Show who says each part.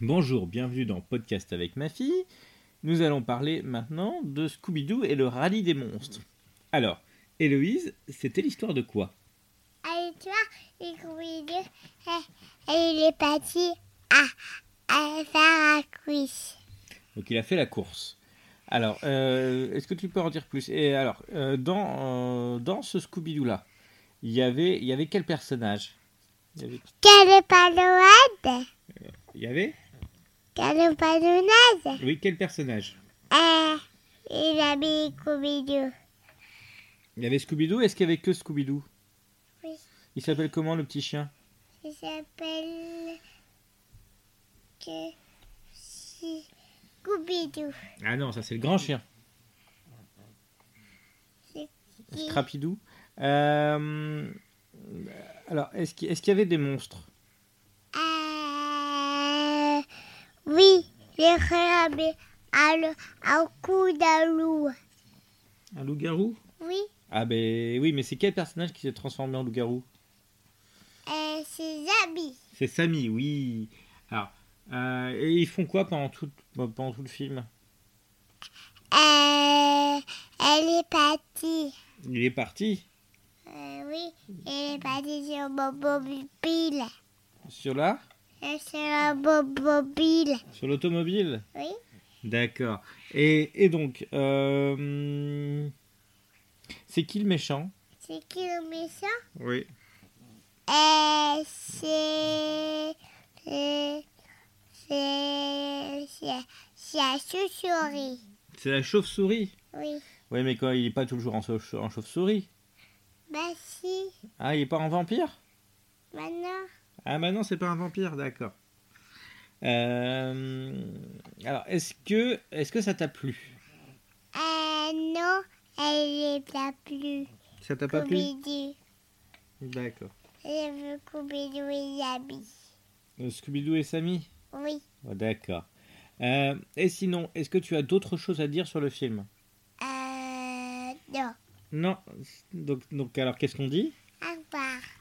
Speaker 1: Bonjour, bienvenue dans Podcast avec ma fille. Nous allons parler maintenant de Scooby-Doo et le rallye des monstres. Alors, Héloïse, c'était l'histoire de quoi
Speaker 2: Allez, tu vois, il couille et, et il est parti à, à faire la course.
Speaker 1: Donc il a fait la course. Alors, euh, est-ce que tu peux en dire plus Et alors, euh, dans, euh, dans ce Scooby-Doo là, il y avait, il y avait quel personnage Il y avait-
Speaker 2: Quelle est pas l'ouade
Speaker 1: il y avait
Speaker 2: Quelle est pas l'ouade
Speaker 1: Oui, quel personnage
Speaker 2: Eh, il a mis Scooby-Doo.
Speaker 1: Il y avait Scooby-Doo, est-ce qu'il y avait que Scooby-Doo
Speaker 2: Oui.
Speaker 1: Il s'appelle comment le petit chien
Speaker 2: Il s'appelle... Que... si- Scooby-Doo.
Speaker 1: Ah non, ça c'est le grand chien.
Speaker 2: Qui-
Speaker 1: Scrapidou. Euh, alors, est-ce qu'il est-ce qu'il y avait des monstres
Speaker 2: Euh, oui, j'ai regardé à le- à coup d'un loup.
Speaker 1: Un loup-garou
Speaker 2: Oui,
Speaker 1: Ah ben oui, mais c'est quel personnage qui s'est transformé en loup-garou
Speaker 2: euh, c'est Zabi.
Speaker 1: C'est Samy, oui. Alors, euh, et ils font quoi pendant tout, pendant tout le film
Speaker 2: Euh, elle est partie.
Speaker 1: Il est parti
Speaker 2: Euh, oui, elle est partie sur mon mobile.
Speaker 1: sur là,
Speaker 2: Euh, Sur un mobile.
Speaker 1: sur l'automobile.
Speaker 2: Oui,
Speaker 1: D'accord. Et, et donc, euh, c'est qui le méchant
Speaker 2: c'est qui le méchant
Speaker 1: Oui.
Speaker 2: Euh, c'est... C'est... C'est... C'est c'est la chauve-souris.
Speaker 1: C'est la chauve-souris.
Speaker 2: Oui,
Speaker 1: Oui, mais quand il est pas toujours en, sau- en chauve-souris.
Speaker 2: bah si,
Speaker 1: Ah, il est pas en vampire
Speaker 2: maintenant...
Speaker 1: Ah bah non, c'est pas un vampire, d'accord. Euh, alors, est-ce que, est que ça t'a plu
Speaker 2: Euh, non, elle est pas plus.
Speaker 1: Ça t'a
Speaker 2: Scooby-Doo.
Speaker 1: D'accord.
Speaker 2: J'ai vu Scooby-Doo et Zabi.
Speaker 1: Euh, Scooby-Doo et Samy
Speaker 2: Oui.
Speaker 1: Oh, D'accord. Euh, et sinon, est-ce que tu as d'autres choses à dire sur le film
Speaker 2: Euh, non.
Speaker 1: Non. Donc, donc alors, qu'est-ce qu'on dit
Speaker 2: Au revoir.